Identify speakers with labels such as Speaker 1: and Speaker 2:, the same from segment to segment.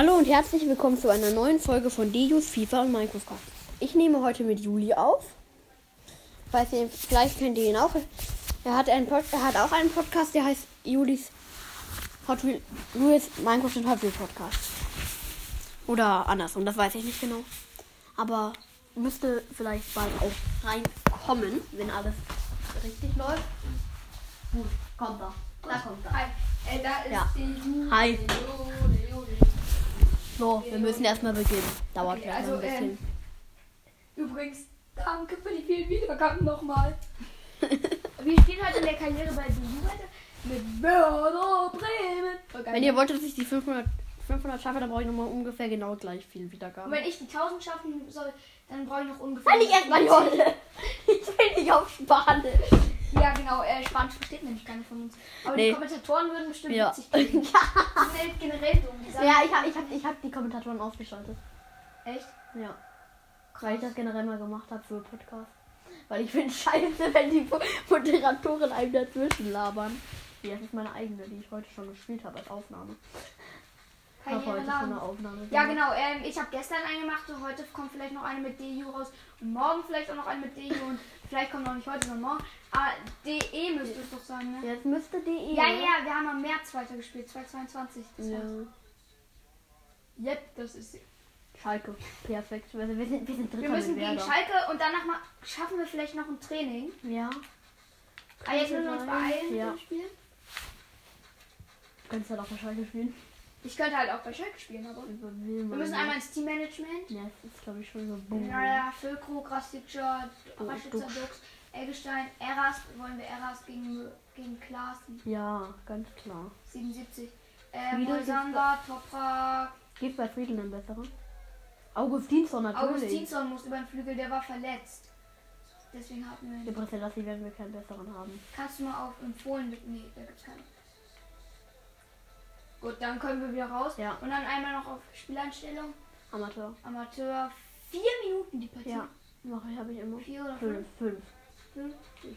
Speaker 1: Hallo und herzlich willkommen zu einer neuen Folge von Deus, FIFA und Minecraft. Ich nehme heute mit Juli auf. Weiß ihr, vielleicht kennt ihr ihn auch. Er hat, einen Pod er hat auch einen Podcast, der heißt Julis Hot Wheel Julis Minecraft und Hot Wheel Podcast. Oder anders, und das weiß ich nicht genau. Aber müsste vielleicht bald auch reinkommen, wenn alles richtig läuft. Gut, kommt er. Da kommt er.
Speaker 2: Hi, äh, da ist
Speaker 1: Ja.
Speaker 2: die Juli.
Speaker 1: Hi.
Speaker 2: Juli, Juli.
Speaker 1: So, wir müssen erstmal beginnen. Dauert
Speaker 2: Okay,
Speaker 1: vielleicht
Speaker 2: also,
Speaker 1: noch ein bisschen.
Speaker 2: ähm, Übrigens, danke für die vielen Wiedergaben nochmal. Wir spielen heute in der Karriere bei den Jugendlichen mit Werder Bremen. Voll geil.
Speaker 1: Wenn ihr wollt, dass ich die 500, 500 schaffe, dann brauche ich nochmal ungefähr genau gleich viel
Speaker 2: Und
Speaker 1: Wiedergaben.
Speaker 2: wenn ich die 1000 schaffen soll, dann brauche ich noch ungefähr...
Speaker 1: Weil ich erstmal Jolle. Ich will nicht auf Spanisch.
Speaker 2: Ja, genau, äh, Spanisch versteht nämlich keiner von uns. Aber
Speaker 1: Nee.
Speaker 2: die Kommentatoren würden bestimmt
Speaker 1: Ja.
Speaker 2: witzig kriegen. Die sind generell dumm. Die sagen,
Speaker 1: Ja, ich habe ich hab, ich hab die Kommentatoren ausgeschaltet.
Speaker 2: Echt?
Speaker 1: Ja. Weil ich das generell mal gemacht habe für Podcast. Weil ich finde scheiße, wenn die Mo- Moderatoren einem dazwischen labern. Hier, Das ist meine eigene, die ich heute schon gespielt habe als Aufnahme. Ich
Speaker 2: Kann ich
Speaker 1: habe heute
Speaker 2: jemand
Speaker 1: schon
Speaker 2: laden?
Speaker 1: eine Aufnahme.
Speaker 2: Ja,
Speaker 1: gemacht.
Speaker 2: genau. Ähm, ich habe gestern eine gemacht. und Heute kommt vielleicht noch eine mit DU raus. Und morgen vielleicht auch noch eine mit DU. Und vielleicht kommt noch nicht heute, sondern morgen. Ah, DE müsste es doch sagen, ne?
Speaker 1: Jetzt müsste E, die.
Speaker 2: Ja, ja, wir haben am März weiter gespielt. 2022. Das
Speaker 1: ja.
Speaker 2: war's. Yep, das ist sie.
Speaker 1: Schalke. Perfekt. Wir sind, wir sind Dritter
Speaker 2: Wir müssen
Speaker 1: mit
Speaker 2: gegen
Speaker 1: Werder.
Speaker 2: Schalke und danach mal, schaffen wir vielleicht noch ein Training.
Speaker 1: Ja.
Speaker 2: Ah, jetzt müssen wir uns
Speaker 1: sein.
Speaker 2: beeilen
Speaker 1: Ja.
Speaker 2: mit dem Spiel.
Speaker 1: Du könntest halt auch bei Schalke spielen.
Speaker 2: Ich könnte halt auch bei Schalke spielen, aber.
Speaker 1: Über wen
Speaker 2: Wir
Speaker 1: man-
Speaker 2: müssen einmal ins Teammanagement.
Speaker 1: Ja, das ist glaube ich schon so boom.
Speaker 2: Naja, Füllkrug, Rastica,
Speaker 1: Oh,
Speaker 2: Raschitzer,
Speaker 1: Duxch.
Speaker 2: Dux, Eggestein, Eras. Wollen wir Eras gegen, gegen Klaassen?
Speaker 1: Ja, ganz klar.
Speaker 2: 77. Äh,
Speaker 1: Wieder
Speaker 2: Moisander, Toprak,
Speaker 1: Geht bei Friedel einen besseren? Augustinsson natürlich.
Speaker 2: Augustinsson muss über den Flügel, der war verletzt. Deswegen hatten wir
Speaker 1: Der
Speaker 2: ihn.
Speaker 1: Brasselassi werden wir keinen besseren haben.
Speaker 2: Kannst du mal auf empfohlen mit. Nee, da gibt's keinen. Gut, dann können wir wieder raus.
Speaker 1: Ja.
Speaker 2: Und dann einmal noch auf Spieleinstellung.
Speaker 1: Amateur.
Speaker 2: Amateur. Vier Minuten die Partie.
Speaker 1: Ja, mache ich, habe ich immer.
Speaker 2: Vier oder fünf.
Speaker 1: Fünf, fünf.
Speaker 2: Fünf.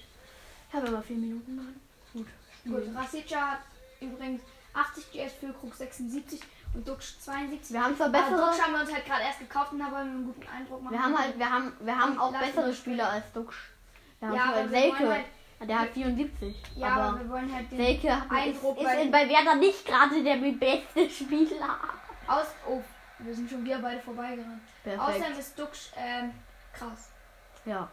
Speaker 1: Ich habe immer vier Minuten dran. Gut.
Speaker 2: Gut,
Speaker 1: spielen.
Speaker 2: Rasica hat übrigens 80 GS, Füllkrug 76 und Duxch 72.
Speaker 1: Wir haben zwar
Speaker 2: Aber
Speaker 1: bessere.
Speaker 2: Ah, Duxch haben wir uns halt gerade erst gekauft und da wollen wir einen guten Eindruck machen.
Speaker 1: Wir haben halt, wir haben, wir haben auch
Speaker 2: Lassen
Speaker 1: bessere
Speaker 2: wir
Speaker 1: Spieler als Duxch. Wir haben
Speaker 2: Ja,
Speaker 1: ja,
Speaker 2: aber wir
Speaker 1: Selke.
Speaker 2: wollen halt-
Speaker 1: der hat 74.
Speaker 2: Ja, aber, wir wollen halt den
Speaker 1: Selke hat-
Speaker 2: Eindruck,
Speaker 1: ist, ist
Speaker 2: weil-
Speaker 1: in, bei Werder nicht gerade der beste Spieler.
Speaker 2: Aus. Oh, wir sind schon wieder beide vorbeigerannt.
Speaker 1: Perfekt.
Speaker 2: Außerdem ist Dux ähm, krass.
Speaker 1: Ja.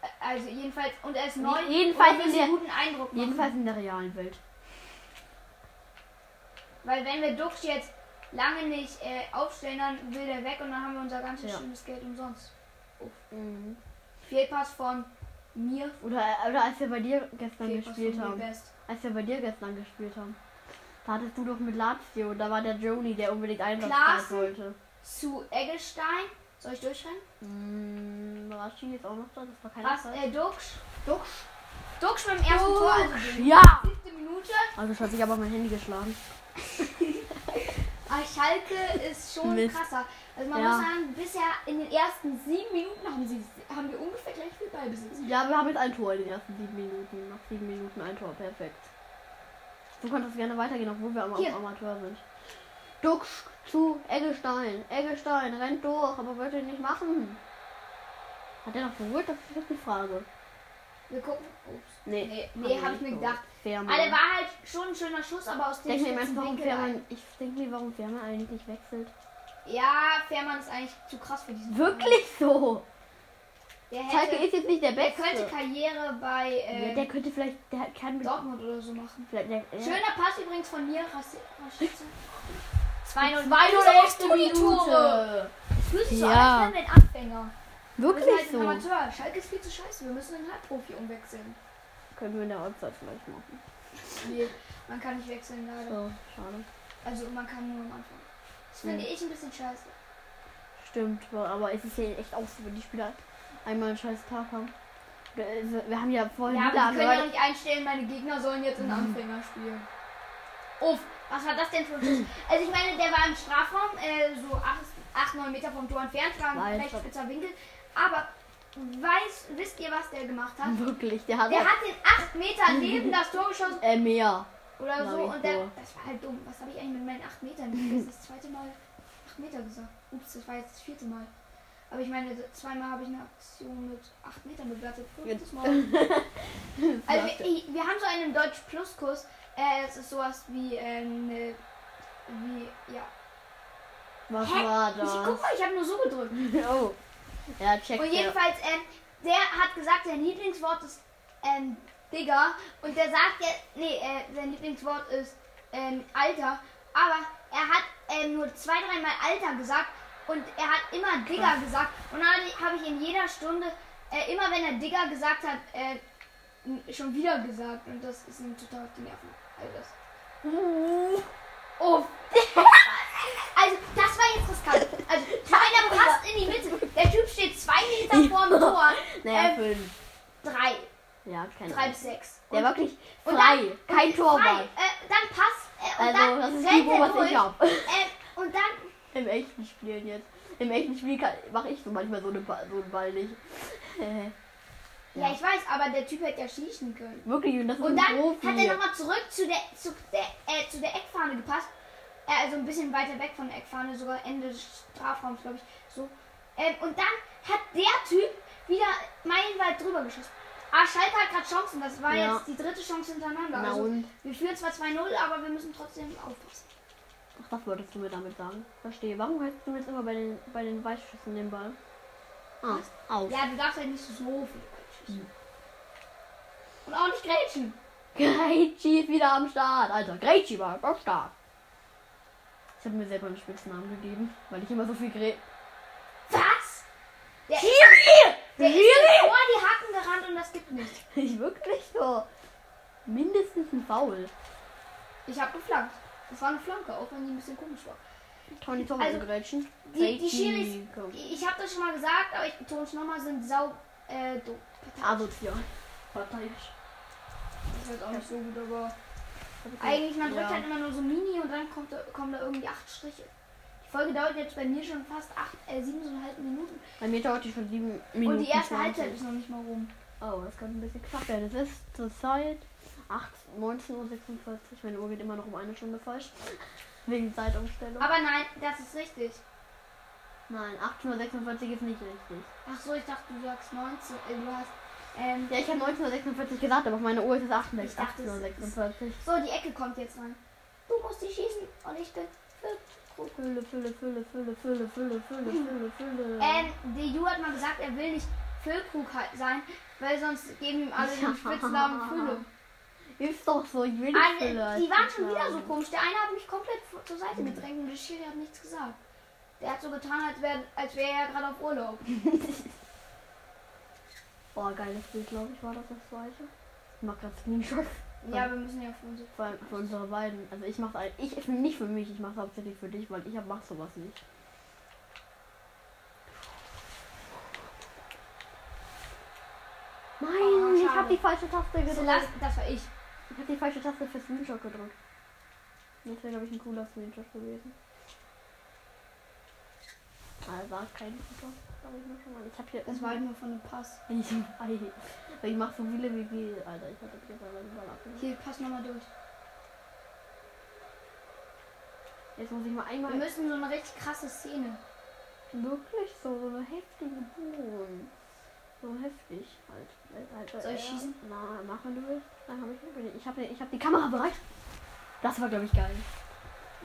Speaker 2: Ä- Also jedenfalls. Und er ist neu.
Speaker 1: Jedenfalls
Speaker 2: und wir
Speaker 1: in
Speaker 2: müssen
Speaker 1: der-
Speaker 2: einen guten Eindruck machen.
Speaker 1: Jedenfalls in der realen Welt.
Speaker 2: Weil wenn wir Dux jetzt lange nicht äh, aufstellen, dann will der weg und dann haben wir unser ganzes
Speaker 1: Ja.
Speaker 2: schönes Geld umsonst.
Speaker 1: Mhm.
Speaker 2: Fehlpass von mir.
Speaker 1: Oder, oder als wir bei dir gestern
Speaker 2: Fehlpass
Speaker 1: gespielt
Speaker 2: von
Speaker 1: haben.
Speaker 2: mir best.
Speaker 1: Als wir bei dir gestern gespielt haben. Da hattest du doch mit Lazio, da war der Joni, der unbedingt einlassen
Speaker 2: Klaassen?
Speaker 1: sollte.
Speaker 2: Zu Eggestein. Soll ich durchrennen?
Speaker 1: Mm, Rashi ist auch noch da, das war keine
Speaker 2: Was?
Speaker 1: Zeit.
Speaker 2: Äh, Dux.
Speaker 1: Duxch?
Speaker 2: Dux mit dem ersten
Speaker 1: Dux,
Speaker 2: Tor. Also die
Speaker 1: ja!
Speaker 2: siebte Minute.
Speaker 1: Also, das hat sich aber mein Handy geschlagen.
Speaker 2: Aber Ah, Schalke ist schon
Speaker 1: Mist.
Speaker 2: krasser. Also man
Speaker 1: Ja.
Speaker 2: muss sagen, bisher in den ersten sieben Minuten haben, sie, haben wir ungefähr gleich viel Ballbesitz.
Speaker 1: Ja, wir haben jetzt ein Tor in den ersten sieben Minuten. Nach sieben Minuten ein Tor, perfekt. Du kannst gerne weitergehen, obwohl wir am
Speaker 2: Hier.
Speaker 1: am Amateur sind. Duxch zu Eggestein. Eggestein rennt durch, aber wollte ihn nicht machen. Hat er noch geholt? Das ist jetzt die Frage.
Speaker 2: Wir gucken. Ups.
Speaker 1: Nee,
Speaker 2: Nee,
Speaker 1: hat
Speaker 2: nee
Speaker 1: er
Speaker 2: habe ich
Speaker 1: nicht
Speaker 2: mir
Speaker 1: geholt.
Speaker 2: gedacht.
Speaker 1: Fährmann.
Speaker 2: Alter, war halt schon ein schöner Schuss, aber aus
Speaker 1: Ich
Speaker 2: dem
Speaker 1: denke mir, immer,
Speaker 2: spitzen
Speaker 1: warum
Speaker 2: Winkel.
Speaker 1: Fährmann, ich denk mir, warum Fährmann eigentlich nicht wechselt.
Speaker 2: Ja, Fährmann ist eigentlich zu krass für diesen
Speaker 1: Wirklich so?
Speaker 2: Verein. Der,
Speaker 1: Schalke
Speaker 2: hätte,
Speaker 1: ist jetzt nicht der
Speaker 2: der
Speaker 1: Beste.
Speaker 2: könnte Karriere bei
Speaker 1: ja,
Speaker 2: äh,
Speaker 1: der könnte vielleicht, der kann
Speaker 2: Dortmund oder so machen.
Speaker 1: vielleicht, der, der,
Speaker 2: Schöner Pass übrigens von mir, Rassi- Raschitze. 2-0.
Speaker 1: 2-0
Speaker 2: Minute.
Speaker 1: Minute.
Speaker 2: Fühlt sich so
Speaker 1: Ja.
Speaker 2: an, als wären wir ein Anfänger. Wir sind
Speaker 1: Wirklich
Speaker 2: halt ein
Speaker 1: so?
Speaker 2: Amateur. Schalke ist viel zu scheiße. Wir müssen einen Halbprofi umwechseln.
Speaker 1: Können wir in der Halbzeit vielleicht machen.
Speaker 2: Nee, man kann nicht wechseln leider.
Speaker 1: So, schade.
Speaker 2: Also man kann nur am Anfang. Das finde ich ein bisschen scheiße.
Speaker 1: Stimmt, wa- aber es ist ja echt auch so, wenn die Spieler einmal einen scheiß Tag haben. Oder, also, Wir haben ja vorhin
Speaker 2: Ja,
Speaker 1: wieder
Speaker 2: aber die können ja
Speaker 1: gehört,
Speaker 2: nicht einstellen, meine Gegner sollen jetzt in
Speaker 1: Mhm.
Speaker 2: Anfänger spielen. Uff, was war das denn für ein Schuss? Also ich meine, der war im Strafraum, äh, so 8, 9 Meter vom Tor entfernt, war ein
Speaker 1: Nein,
Speaker 2: recht
Speaker 1: stopp.
Speaker 2: spitzer Winkel. Aber weiß, wisst ihr, was der gemacht
Speaker 1: Mhm.
Speaker 2: hat?
Speaker 1: wirklich, der hat, halt-
Speaker 2: Der hat den 8 Meter neben das Tor geschossen
Speaker 1: äh, mehr.
Speaker 2: oder
Speaker 1: Glaub
Speaker 2: so
Speaker 1: ich
Speaker 2: und der,
Speaker 1: wohl.
Speaker 2: das war halt dumm. Was habe ich eigentlich mit meinen 8 Metern? Das ist das zweite Mal 8 Meter gesagt. Ups, das war jetzt das vierte Mal. Aber ich meine, zweimal habe ich eine Aktion mit 8 Metern bewertet. Fünftes Mal. Also wir, ich, wir haben so einen Deutsch Plus Kurs. Äh, es ist sowas wie ähm, äh, wie ja.
Speaker 1: Was
Speaker 2: Hä?
Speaker 1: war
Speaker 2: Ich,
Speaker 1: das?
Speaker 2: guck mal, ich habe nur so gedrückt.
Speaker 1: Oh. Ja, check
Speaker 2: Und
Speaker 1: der.
Speaker 2: jedenfalls ähm, der hat gesagt, sein Lieblingswort ist ähm, Digger und der sagt jetzt nee, äh, sein Lieblingswort ist ähm, Alter, aber er hat ähm, nur zwei, dreimal Alter gesagt und er hat immer Digger gesagt und dann habe ich in jeder Stunde äh, immer wenn er Digger gesagt hat äh, m- schon wieder gesagt und das ist ihm total auf die Nerven. Also das. Oh. Also, das war jetzt riskant. Also, meiner passt in die Mitte. Der Typ steht zwei Meter vorm Tor.
Speaker 1: Naja,
Speaker 2: äh,
Speaker 1: fünf.
Speaker 2: Drei.
Speaker 1: Ja, kein
Speaker 2: Drei
Speaker 1: Drei.
Speaker 2: bis sechs.
Speaker 1: Der war wirklich
Speaker 2: und
Speaker 1: frei.
Speaker 2: dann-
Speaker 1: Kein
Speaker 2: Drei.
Speaker 1: Torwart.
Speaker 2: Äh, dann passt. Äh, und
Speaker 1: Also,
Speaker 2: dann
Speaker 1: das ist
Speaker 2: rennt
Speaker 1: Niveau,
Speaker 2: er
Speaker 1: was ich
Speaker 2: durch.
Speaker 1: hab.
Speaker 2: Äh, und dann.
Speaker 1: Im echten Spielen jetzt. Im echten Spiel mache ich so manchmal so, eine Ball, so einen Ball nicht. Äh,
Speaker 2: Ja. ich weiß, aber der Typ hätte ja schießen können.
Speaker 1: wirklich, und das ist
Speaker 2: Und
Speaker 1: ein
Speaker 2: dann
Speaker 1: Profi.
Speaker 2: hat er nochmal zurück zu der, zu, der, äh, zu der Eckfahne gepasst. Äh, also ein bisschen weiter weg von der Eckfahne, sogar Ende des Strafraums, glaube ich. So. Ähm, und dann hat der Typ wieder meilenweit drüber geschossen. Ah, Schalke hat gerade Chancen. Das war
Speaker 1: Ja.
Speaker 2: jetzt die dritte Chance
Speaker 1: Na
Speaker 2: hintereinander. Also,
Speaker 1: Genau, und?
Speaker 2: wir führen zwar 2-0, aber wir müssen trotzdem aufpassen.
Speaker 1: Ach, das wolltest du mir damit sagen. Verstehe. Warum hältst du jetzt immer bei den, bei den Weißschüssen den Ball? Ah, auf.
Speaker 2: Ja, du darfst halt nicht so viel schießen. Und auch nicht grätschen.
Speaker 1: Greichi ist wieder am Start. Alter, Greichi war am Start. Ich habe mir selber einen Spitznamen gegeben, weil ich immer so viel gre...
Speaker 2: Was? Der,
Speaker 1: Schiri!
Speaker 2: der ist mir vor die Hacken gerannt und das gibt nichts.
Speaker 1: Ich wirklich so. Mindestens ein Foul.
Speaker 2: Ich habe geflankt. Das war eine Flanke, auch wenn die ein bisschen komisch war.
Speaker 1: Tony Tom
Speaker 2: Also,
Speaker 1: also, Gretchen.
Speaker 2: Die, die Schiris, ich habe das schon mal gesagt, aber ich betone es nochmal, sind sau äh, doof.
Speaker 1: Asozial. Parteiisch.
Speaker 2: Das wird auch nicht so gut, aber eigentlich, man drückt
Speaker 1: Ja.
Speaker 2: halt immer nur so Mini und dann kommt da, kommen da irgendwie acht Striche. Die Folge dauert jetzt bei mir schon fast acht, äh, siebeneinhalb Minuten.
Speaker 1: Bei mir dauert die schon sieben Minuten.
Speaker 2: und die erste
Speaker 1: 20.
Speaker 2: Halbzeit ist noch nicht mal rum.
Speaker 1: Oh, das könnte ein bisschen knapp werden. Es ist zur Zeit 8 19.46 Uhr. Meine Uhr geht immer noch um eine Stunde falsch. Wegen Zeitumstellung.
Speaker 2: Aber nein, das ist richtig.
Speaker 1: Nein, 18.46 Uhr ist nicht richtig.
Speaker 2: Ach so, ich dachte, du sagst 19, äh, du hast, ähm,
Speaker 1: Ja, ich habe 19.46 Uhr gesagt, aber auf meiner Uhr ist es 18.46
Speaker 2: Ich dachte, es ist-
Speaker 1: 18.46 Uhr.
Speaker 2: so, die Ecke kommt jetzt rein. Du musst die schießen und ich bin für Krug.
Speaker 1: Fülle, Fülle, Fülle, Fülle, Fülle, Fülle, Fülle, Fülle, Fülle.
Speaker 2: Ähm, der Ju hat mal gesagt, er will nicht Füllkrug halt sein, weil sonst geben ihm alle den Spitznamen Fülle.
Speaker 1: Ist doch so, ich will
Speaker 2: Alle,
Speaker 1: nicht Fülle. als
Speaker 2: die waren schon wieder
Speaker 1: Spitznamen.
Speaker 2: so komisch. Der eine hat mich komplett vor- zur Seite gedrängt und der Schiri hat nichts gesagt. Der hat so getan, als wäre als wär er gerade auf Urlaub.
Speaker 1: Boah, Oh, geiles Bild, glaube ich, war das das zweite. Ich mach grad Screenshots
Speaker 2: Ja, wir müssen ja für unsere
Speaker 1: von, von unsere beiden. Also ich mach's ein- ich nicht für mich, ich mach's hauptsächlich für dich, weil ich hab, mach sowas nicht. Nein,
Speaker 2: Oh,
Speaker 1: ich
Speaker 2: schade.
Speaker 1: hab die falsche Taste gedrückt.
Speaker 2: Last, das war ich.
Speaker 1: Ich hab die falsche Taste für Screenshot gedrückt. Das wäre, glaube ich, ein cooler Screenshot gewesen. Aber war kein guter, glaube ich, noch schon mal. Ich hab hier.
Speaker 2: Das war halt nur von einem Pass.
Speaker 1: Ich weiß. Weil Ich mach so viele wie viel, Alter. Ich hatte jetzt aber den Ball abgenommen.
Speaker 2: Hier, pass nochmal durch.
Speaker 1: Jetzt muss ich mal
Speaker 2: Wir
Speaker 1: einmal.
Speaker 2: müssen so eine richtig krasse Szene.
Speaker 1: Wirklich so, so eine heftige Bohnen. So heftig halt. Äh, halt, äh,
Speaker 2: Soll ich
Speaker 1: ja.
Speaker 2: schießen?
Speaker 1: Na, mach wenn du willst. Dann hab ich, ich, hab, ich hab die Kamera bereit. Das war, glaube ich, geil.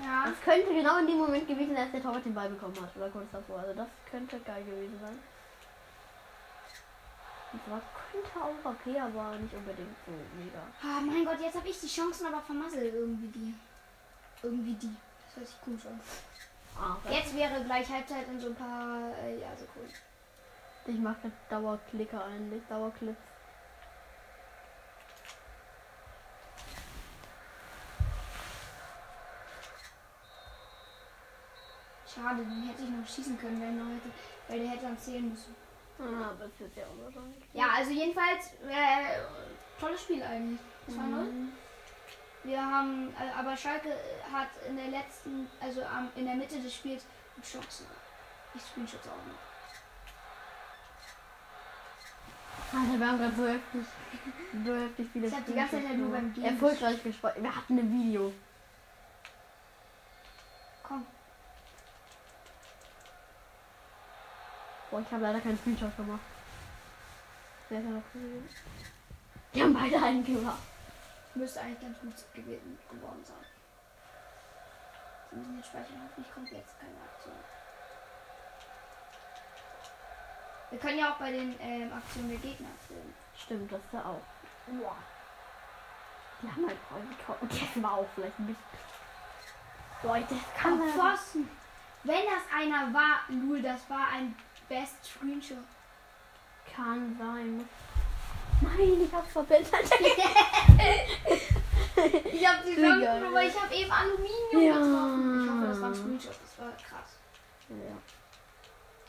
Speaker 2: Ja.
Speaker 1: Das könnte genau in dem Moment gewesen sein, als der Torwart den Ball bekommen hat. Oder kurz davor. Also das könnte geil gewesen sein. Und zwar könnte auch okay, aber nicht unbedingt so mega.
Speaker 2: Ah, mein Gott, jetzt habe ich die Chancen aber vermasselt. Irgendwie die. Irgendwie die. Das hört sich komisch an.
Speaker 1: Ah,
Speaker 2: Jetzt wäre gleich Halbzeit in so ein paar äh, ja, Sekunden.
Speaker 1: Ich mache grad Dauerklicker eigentlich, Dauerclips.
Speaker 2: Schade, den hätte ich noch schießen können, wenn er heute, weil der hätte dann zählen müssen.
Speaker 1: Ah, aber das ist ja unwahrscheinlich.
Speaker 2: Ja, also jedenfalls, äh, tolles Spiel eigentlich. 2-0.
Speaker 1: Mhm.
Speaker 2: Wir haben, äh, aber Schalke äh, hat in der letzten, also am- in der Mitte des Spiels einen Schutz. Ich Screenshots auch noch.
Speaker 1: Alter, wir haben gerade so heftig, so heftig viele
Speaker 2: Ich hab die ganze Zeit
Speaker 1: Screenshots
Speaker 2: nur beim
Speaker 1: gemacht.
Speaker 2: Gehen
Speaker 1: Erfolgreich gespeichert. Wir hatten ein Video.
Speaker 2: Komm.
Speaker 1: Boah, ich habe leider keinen Screenshot gemacht. Wer hat noch gesehen? Die haben beide einen gemacht.
Speaker 2: Müsste eigentlich ganz gut gewesen, geworden sein. Sie müssen jetzt speichern, hoffentlich kommt jetzt halt keine Aktion. Wir können ja auch bei den ähm, Aktionen der Gegner filmen.
Speaker 1: Stimmt, das da auch. Boah. Die haben halt voll gekauft. Okay, das war auch vielleicht ein bisschen. Leute, das kann
Speaker 2: Am
Speaker 1: man.
Speaker 2: Pfosten. Wenn das einer war, Lul, das war ein Best Screenshot.
Speaker 1: Kann sein. Nein, ich hab's verbessert.
Speaker 2: Ich habe die
Speaker 1: Egal.
Speaker 2: Sonne, aber ich habe eben Aluminium
Speaker 1: Ja.
Speaker 2: getroffen. Ich hoffe, das war ein Screenshot. Das war krass.
Speaker 1: Ja.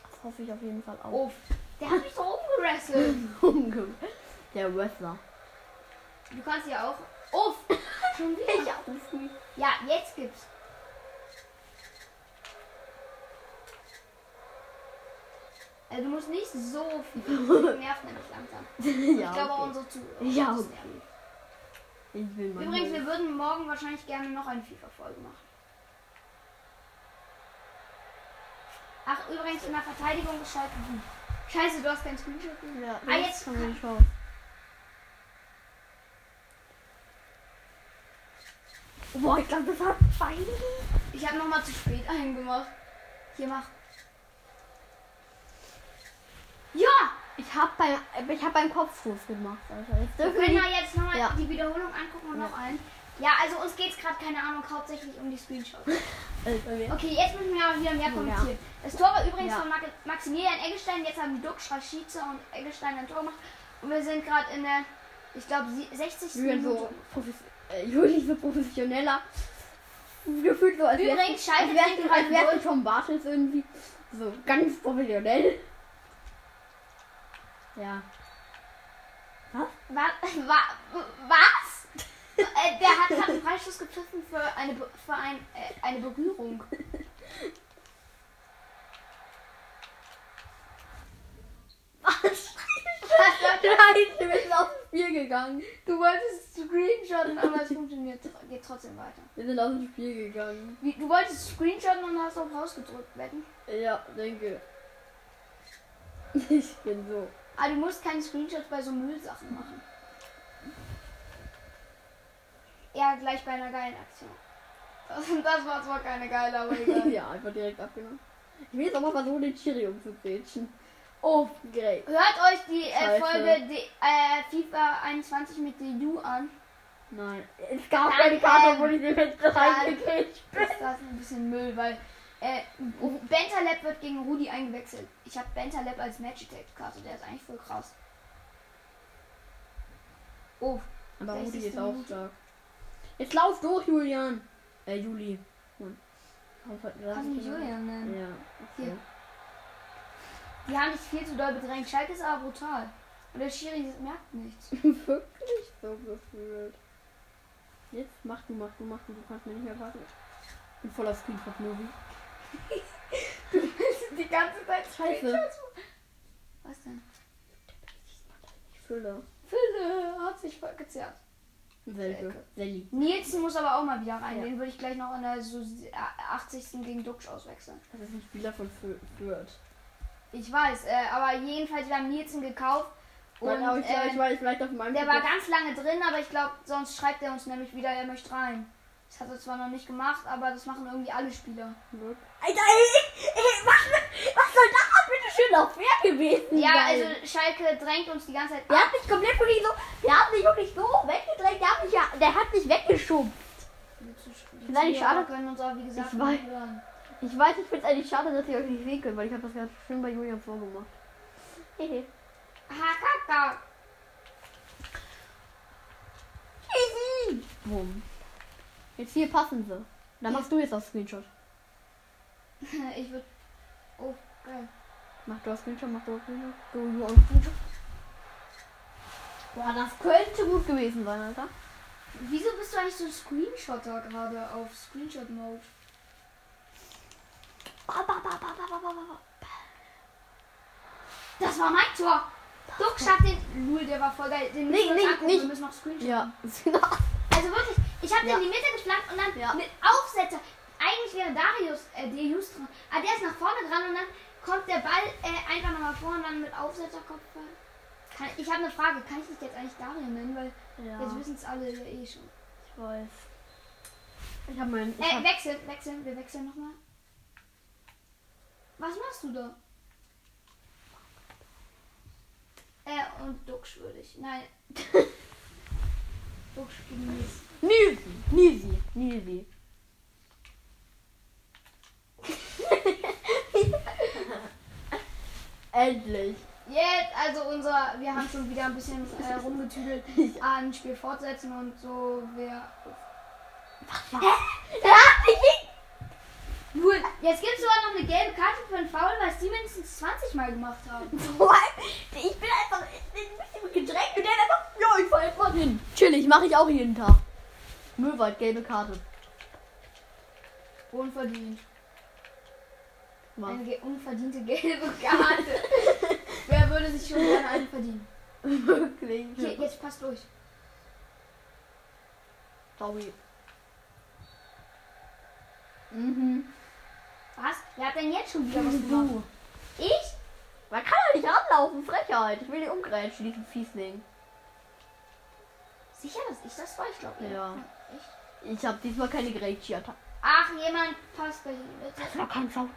Speaker 1: Das hoffe ich auf jeden Fall auch.
Speaker 2: Oh, der hat mich so umgerasselt.
Speaker 1: Der Wrestler.
Speaker 2: Du kannst ja auch. Oh, schon wieder.
Speaker 1: Ich ruf mich.
Speaker 2: Ja, jetzt gibt's. Also du musst nicht so viel das nervt nämlich langsam.
Speaker 1: ja,
Speaker 2: Ich glaube auch
Speaker 1: okay.
Speaker 2: unsere Zuhörer.
Speaker 1: Ja,
Speaker 2: das
Speaker 1: okay.
Speaker 2: nervt.
Speaker 1: Ich will mal.
Speaker 2: Übrigens, wir würden morgen wahrscheinlich gerne noch eine FIFA-Folge machen. Ach, übrigens, in der Verteidigung geschaltet. Hm. Scheiße, du hast kein Screenshot.
Speaker 1: ja,
Speaker 2: Ah, jetzt-
Speaker 1: kann man schon. Boah, ich glaube, das hat beide.
Speaker 2: Ich habe nochmal zu spät einen gemacht. Hier, mach. Ja!
Speaker 1: Ich hab beim, äh, ich hab beim Kopfwurf gemacht, Alter. Jetzt
Speaker 2: Wir
Speaker 1: dürfen
Speaker 2: können
Speaker 1: wir
Speaker 2: ja jetzt nochmal
Speaker 1: Ja.
Speaker 2: die Wiederholung angucken und noch einen. Ja, also uns geht's gerade, keine Ahnung, hauptsächlich um die Screenshots.
Speaker 1: nicht. äh,
Speaker 2: Okay, jetzt müssen wir aber wieder mehr kommentieren. Das Tor war übrigens
Speaker 1: Ja.
Speaker 2: von Mag- Maximilian Eggestein. Jetzt haben Duck, Schaschice und Eggestein ein Tor gemacht. Und wir sind gerade in der, ich glaube, 60.
Speaker 3: Julian
Speaker 2: Minute.
Speaker 3: so, profes- äh, Julian so professioneller. Gefühlt so, als wärst
Speaker 2: Übrigens,
Speaker 3: du- als
Speaker 2: Schalke
Speaker 3: wärst
Speaker 2: trinkt
Speaker 3: du- als
Speaker 2: gerade
Speaker 3: wärst du Tom Bartels irgendwie. So ganz professionell.
Speaker 1: Ja.
Speaker 2: Wa wa was? äh, der hat gerade einen Freistoß gepfiffen für eine, Be- für ein, äh, eine Berührung.
Speaker 1: Was?
Speaker 2: Was läuft da?
Speaker 1: Nein, du bist aufs Spiel gegangen.
Speaker 2: Du wolltest Screenshotten, aber es funktioniert, tr- geht trotzdem weiter.
Speaker 1: Wir sind aufs Spiel gegangen.
Speaker 2: Wie, du wolltest Screenshotten und hast auf rausgedrückt werden.
Speaker 1: Ja, denke. Ich bin so.
Speaker 2: Aber Ah, du musst keine Screenshots bei so Müllsachen machen. Ja, gleich bei einer geilen Aktion. Das, das war zwar keine geile, aber egal.
Speaker 1: ja, einfach direkt abgenommen. Ich will jetzt auch mal versuchen, den Chiri umzugrätschen. Oh, great.
Speaker 2: Hört euch die äh,
Speaker 1: Scheiße.
Speaker 2: Folge die, äh, FIFA 21 mit der U an.
Speaker 1: Nein. Es gab keine
Speaker 2: Nein,
Speaker 1: Karte,
Speaker 2: ähm,
Speaker 1: wo ich den Fenster reingegrätscht
Speaker 2: Ist das ein bisschen Müll, weil äh, Bentaleb wird gegen Rudi eingewechselt. Ich habe Bentaleb als Magitek-Karte, der ist eigentlich voll krass. Oh,
Speaker 1: Aber
Speaker 2: Vielleicht
Speaker 1: Rudi
Speaker 2: siehst
Speaker 1: ist
Speaker 2: du
Speaker 1: auch
Speaker 2: Rudi.
Speaker 1: stark. Jetzt lauf durch, Julian. Äh, Juli. Hm. Warum sollten wir das
Speaker 2: kannst du
Speaker 1: nicht
Speaker 2: mich Julian nennen?
Speaker 1: nennen? genau. Ja.
Speaker 2: Hier.
Speaker 1: Hier.
Speaker 2: Die haben dich viel zu doll bedrängt. Schalke ist aber brutal. Und der Schiri merkt nichts.
Speaker 1: Wirklich so gefühlt. Jetzt mach du, mach du, mach du. Du kannst mir nicht mehr warten. Ich bin voller Screenshot-Movie.
Speaker 2: Die ganze Zeit
Speaker 1: Scheiße.
Speaker 2: Was denn?
Speaker 1: Ich fülle.
Speaker 2: Fülle hat sich voll gezerrt.
Speaker 1: Selke.
Speaker 2: Selke.
Speaker 1: Selli.
Speaker 2: Nielsen muss aber auch mal wieder rein.
Speaker 1: Ja.
Speaker 2: Den würde ich gleich noch in der so 80. gegen Duxch auswechseln.
Speaker 1: Das ist ein Spieler von Fü- Fürth.
Speaker 2: Ich weiß, äh, aber jedenfalls, wir haben Nielsen gekauft. Und
Speaker 1: Mann, aber ich, glaub, ich
Speaker 2: äh,
Speaker 1: war jetzt vielleicht auf meinem
Speaker 2: der war
Speaker 1: Ticket-
Speaker 2: ganz lange drin, aber ich glaube, sonst schreibt er uns nämlich wieder, er möchte rein. Das hat er zwar noch nicht gemacht, aber das machen irgendwie alle Spieler.
Speaker 1: Alter, ey, ey, was, was soll das denn bitte schön auf wer gewesen
Speaker 2: Ja,
Speaker 1: sein?
Speaker 2: also Schalke drängt uns die ganze Zeit
Speaker 1: Der hat mich komplett von ihm so, der hat mich wirklich so weggedrängt, der hat mich, ja, der hat mich weggeschoben.
Speaker 2: Nein,
Speaker 1: Nein,
Speaker 2: schade.
Speaker 1: schade.
Speaker 2: können uns auch, wie gesagt,
Speaker 1: Ich weiß.
Speaker 2: nicht hören.
Speaker 1: Ich weiß, ich finde es eigentlich schade, dass ihr euch nicht sehen könnt, weil ich habe das ganz schön bei Julian vorgemacht. Hehe.
Speaker 2: Hakaka.
Speaker 1: Easy. Bumm. Jetzt hier passen sie. Dann machst du jetzt das Screenshot.
Speaker 2: Ich würde. Oh, geil.
Speaker 1: Mach du das Screenshot, mach du das Screenshot. Du, du auch Screenshot. Boah, das könnte gut gewesen sein, Alter.
Speaker 2: Wieso bist du eigentlich so ein Screenshotter gerade auf Screenshot-Mode?
Speaker 1: Ba, ba, ba, ba, ba, ba, ba, ba.
Speaker 2: Das war mein Tor. Duck schafft den. Lul, der war voll geil. Den
Speaker 1: Nee,
Speaker 2: müssen wir uns
Speaker 1: nee,
Speaker 2: angucken,
Speaker 1: nicht.
Speaker 2: Wir müssen noch Screenshot.
Speaker 1: Ja.
Speaker 2: Also wirklich, ich habe
Speaker 1: Ja.
Speaker 2: den in die Mitte geflankt und dann
Speaker 1: Ja.
Speaker 2: Ah, mit Aufsetzer. Eigentlich wäre Darius, äh, Deus dran. Aber der ist nach vorne dran und dann kommt der Ball äh, einfach nochmal vor und dann mit Aufsetzerkopfball. Kann, ich habe eine Frage, kann ich dich jetzt eigentlich Darian nennen? Weil
Speaker 1: Ja,
Speaker 2: jetzt wissen es alle ja eh schon.
Speaker 1: ich weiß. Ich habe meinen. Ich
Speaker 2: Äh,
Speaker 1: hab,
Speaker 2: wechseln, wechseln, wir wechseln nochmal. Was machst du da? Äh, und Duxch würde ich. Nein. Duxch gegen Mies.
Speaker 1: Nisi, Nisi, Nisi. Endlich.
Speaker 2: Jetzt, also unser, wir haben schon wieder ein bisschen äh, rumgetüdelt an Spiel fortsetzen und so. Wir. Nur, jetzt gibt es sogar noch eine gelbe Karte für einen Foul, weil es die mindestens 20 Mal gemacht haben.
Speaker 1: Vor allem, ich bin einfach ein bisschen gedrängt und der einfach, ja, ich fahr jetzt mal hin. Chillig, mache ich auch jeden Tag. Möwald, gelbe Karte.
Speaker 2: Unverdient.
Speaker 1: Mal.
Speaker 2: Eine ge- unverdiente gelbe Karte. Wer würde sich schon gerne einen verdienen?
Speaker 1: Wirklich.
Speaker 2: Hier, jetzt passt durch.
Speaker 1: Sorry. Mhm.
Speaker 2: Was? Wer hat denn jetzt schon wieder was gemacht?
Speaker 1: Du.
Speaker 2: Ich?
Speaker 1: Man kann doch nicht ranlaufen, Frechheit. Ich will die umgrätschen, diesen Fiesling.
Speaker 2: Sicher, dass ich das war? Ich glaube
Speaker 1: Ja.
Speaker 2: Echt?
Speaker 1: Ich habe diesmal keine Grätschi-Attacke.
Speaker 2: Ach, jemand passt gleich in die Mitte.
Speaker 1: Das war kein Foul.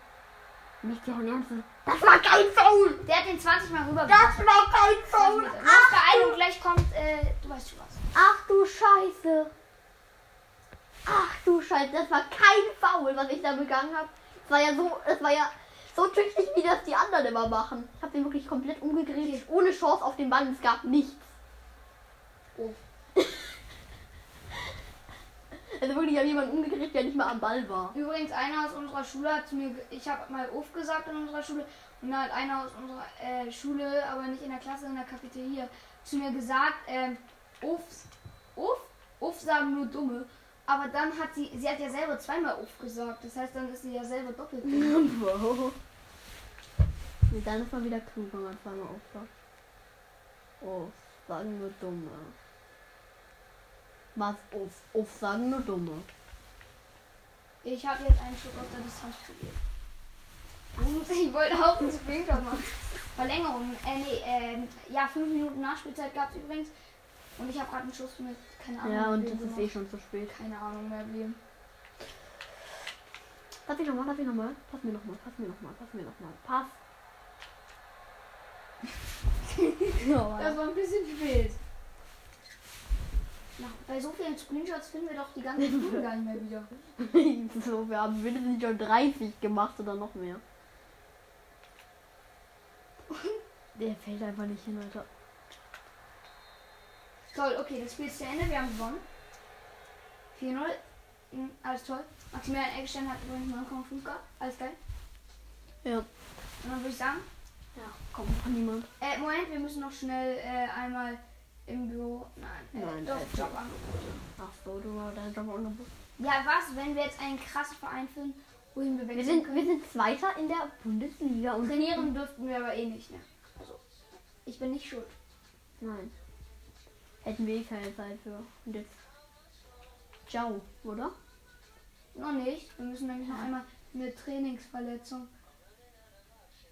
Speaker 1: Nicht deren Ernst. Das war kein Foul.
Speaker 2: Der hat den 20 Mal rüber
Speaker 1: Das war kein Foul.
Speaker 2: Ach,
Speaker 1: Ach,
Speaker 2: Beeilung,
Speaker 1: du,
Speaker 2: gleich kommt, äh, du weißt schon was.
Speaker 1: ach du Scheiße. Ach du Scheiße, das war kein Foul, was ich da begangen habe. Das war ja so, das war ja so tüchtig, wie das die anderen immer machen. Ich habe den wirklich komplett umgegrätscht, ohne Chance auf den Ball. Es gab nichts.
Speaker 2: Oh.
Speaker 1: Also wirklich, ich habe jemanden umgegrätscht, der nicht mal am Ball war.
Speaker 2: Übrigens, einer aus unserer Schule hat zu mir, ge- ich habe mal Uf gesagt in unserer Schule und da hat einer aus unserer äh, Schule, aber nicht in der Klasse, in der Cafeteria, zu mir gesagt, ähm, Uf, Uf, Uf sagen nur Dumme. Aber dann hat sie, sie hat ja selber zweimal Uf gesagt, das heißt, dann ist sie ja selber doppelt dumm.
Speaker 1: wow. Und dann ist man wieder klug, wenn man zweimal aufschaut. Oh, sagen nur Dumme. Was? Uff, uff, sagen nur Dumme.
Speaker 2: Ich habe jetzt einen Schluck aus der Distanz probiert. Und ich wollte auch einen Springshot machen. Verlängerung. Äh, nee, ähm, ja, fünf Minuten Nachspielzeit gab es übrigens. Und ich habe gerade einen Schuss mit, keine Ahnung.
Speaker 1: Ja, und das
Speaker 2: wem
Speaker 1: ist eh
Speaker 2: gemacht.
Speaker 1: schon zu spät.
Speaker 2: Keine Ahnung mehr, wem.
Speaker 1: Darf ich nochmal, darf ich nochmal? Pass mir nochmal, pass mir nochmal, pass mir nochmal. Pass. Oh
Speaker 2: Das war ein bisschen spät. Na, bei so vielen Screenshots finden wir doch die ganzen Stunden gar nicht mehr wieder.
Speaker 1: so, wir haben mindestens schon 30 gemacht oder noch mehr. Der fällt einfach nicht hin, Alter.
Speaker 2: Toll, okay, das Spiel ist zu Ende, wir haben gewonnen. 4-0. Mhm, alles toll. Maximilian Eggstein hat übrigens 9,5 gehabt. Alles geil.
Speaker 1: Ja.
Speaker 2: Und dann würde ich sagen,
Speaker 1: Ja, kommt von niemand.
Speaker 2: Äh, Moment, wir müssen noch schnell äh, einmal im Büro. Nein, äh,
Speaker 1: Nein,
Speaker 2: doch,
Speaker 1: nein.
Speaker 2: Jobangebote.
Speaker 1: Ach so, du hast dein Jobangebot.
Speaker 2: Ja, was, wenn wir jetzt einen krassen Verein finden, wohin wir
Speaker 1: Wir
Speaker 2: wechseln
Speaker 1: sind,
Speaker 2: können?
Speaker 1: wir sind Zweiter in der Bundesliga und
Speaker 2: Trainieren dürften wir aber eh nicht, ne? Also, ich bin nicht schuld.
Speaker 1: Nein. Hätten wir eh keine Zeit für. Und jetzt. Ciao, oder?
Speaker 2: Noch nicht. Wir müssen nämlich noch einmal eine Trainingsverletzung.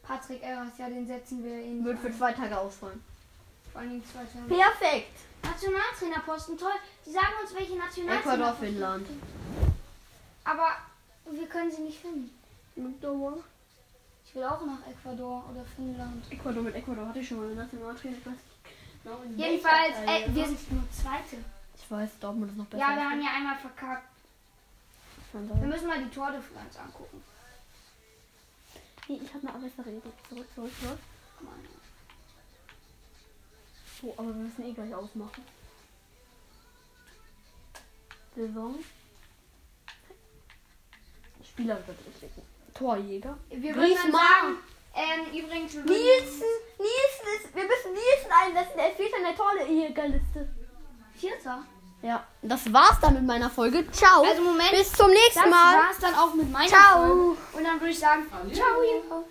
Speaker 2: Patrick Erras, ja, den setzen wir in.
Speaker 1: Wird für zwei Tage ausfallen.
Speaker 2: Vor allen Dingen zwei Tage.
Speaker 1: Perfekt!
Speaker 2: Nationaltrainerposten, toll. Die sagen uns, welche Nationaltrainer.
Speaker 1: Ecuador, Finnland.
Speaker 2: Aber wir können sie nicht finden. Ich will auch nach Ecuador oder Finnland.
Speaker 1: Ecuador mit Ecuador hatte ich schon mal eine Nationaltrainer. Ich weiß nicht genau, in
Speaker 2: Jedenfalls,
Speaker 1: welcher Teil
Speaker 2: äh, wir
Speaker 1: das
Speaker 2: sind nur Zweite.
Speaker 1: war. Ich weiß, Dortmund ist noch besser.
Speaker 2: Ja, wir haben ja einmal verkackt. Wir
Speaker 1: ja
Speaker 2: müssen mal die Tordifferenz angucken.
Speaker 1: ich habe eine Arbeitsverrätung. Zurück, zurück, zurück.
Speaker 2: Guck mal.
Speaker 1: Oh, aber wir müssen eh gleich ausmachen. Saison. Spieler wird richtig. Torjäger.
Speaker 2: Wir müssen dann
Speaker 1: Griezmann.
Speaker 2: sagen, ähm, übrigens, wir
Speaker 1: Nielsen! Nielsen ist. Wir müssen Nielsen einsetzen. Er fehlt an der Torjägerliste.
Speaker 2: Vierter.
Speaker 1: Ja, das war's dann mit meiner Folge. Ciao.
Speaker 2: Also Moment,
Speaker 1: Bis zum
Speaker 2: das
Speaker 1: nächsten Mal.
Speaker 2: war's dann auch mit meiner
Speaker 1: Ciao.
Speaker 2: Folge. Und dann würde ich sagen, ciao.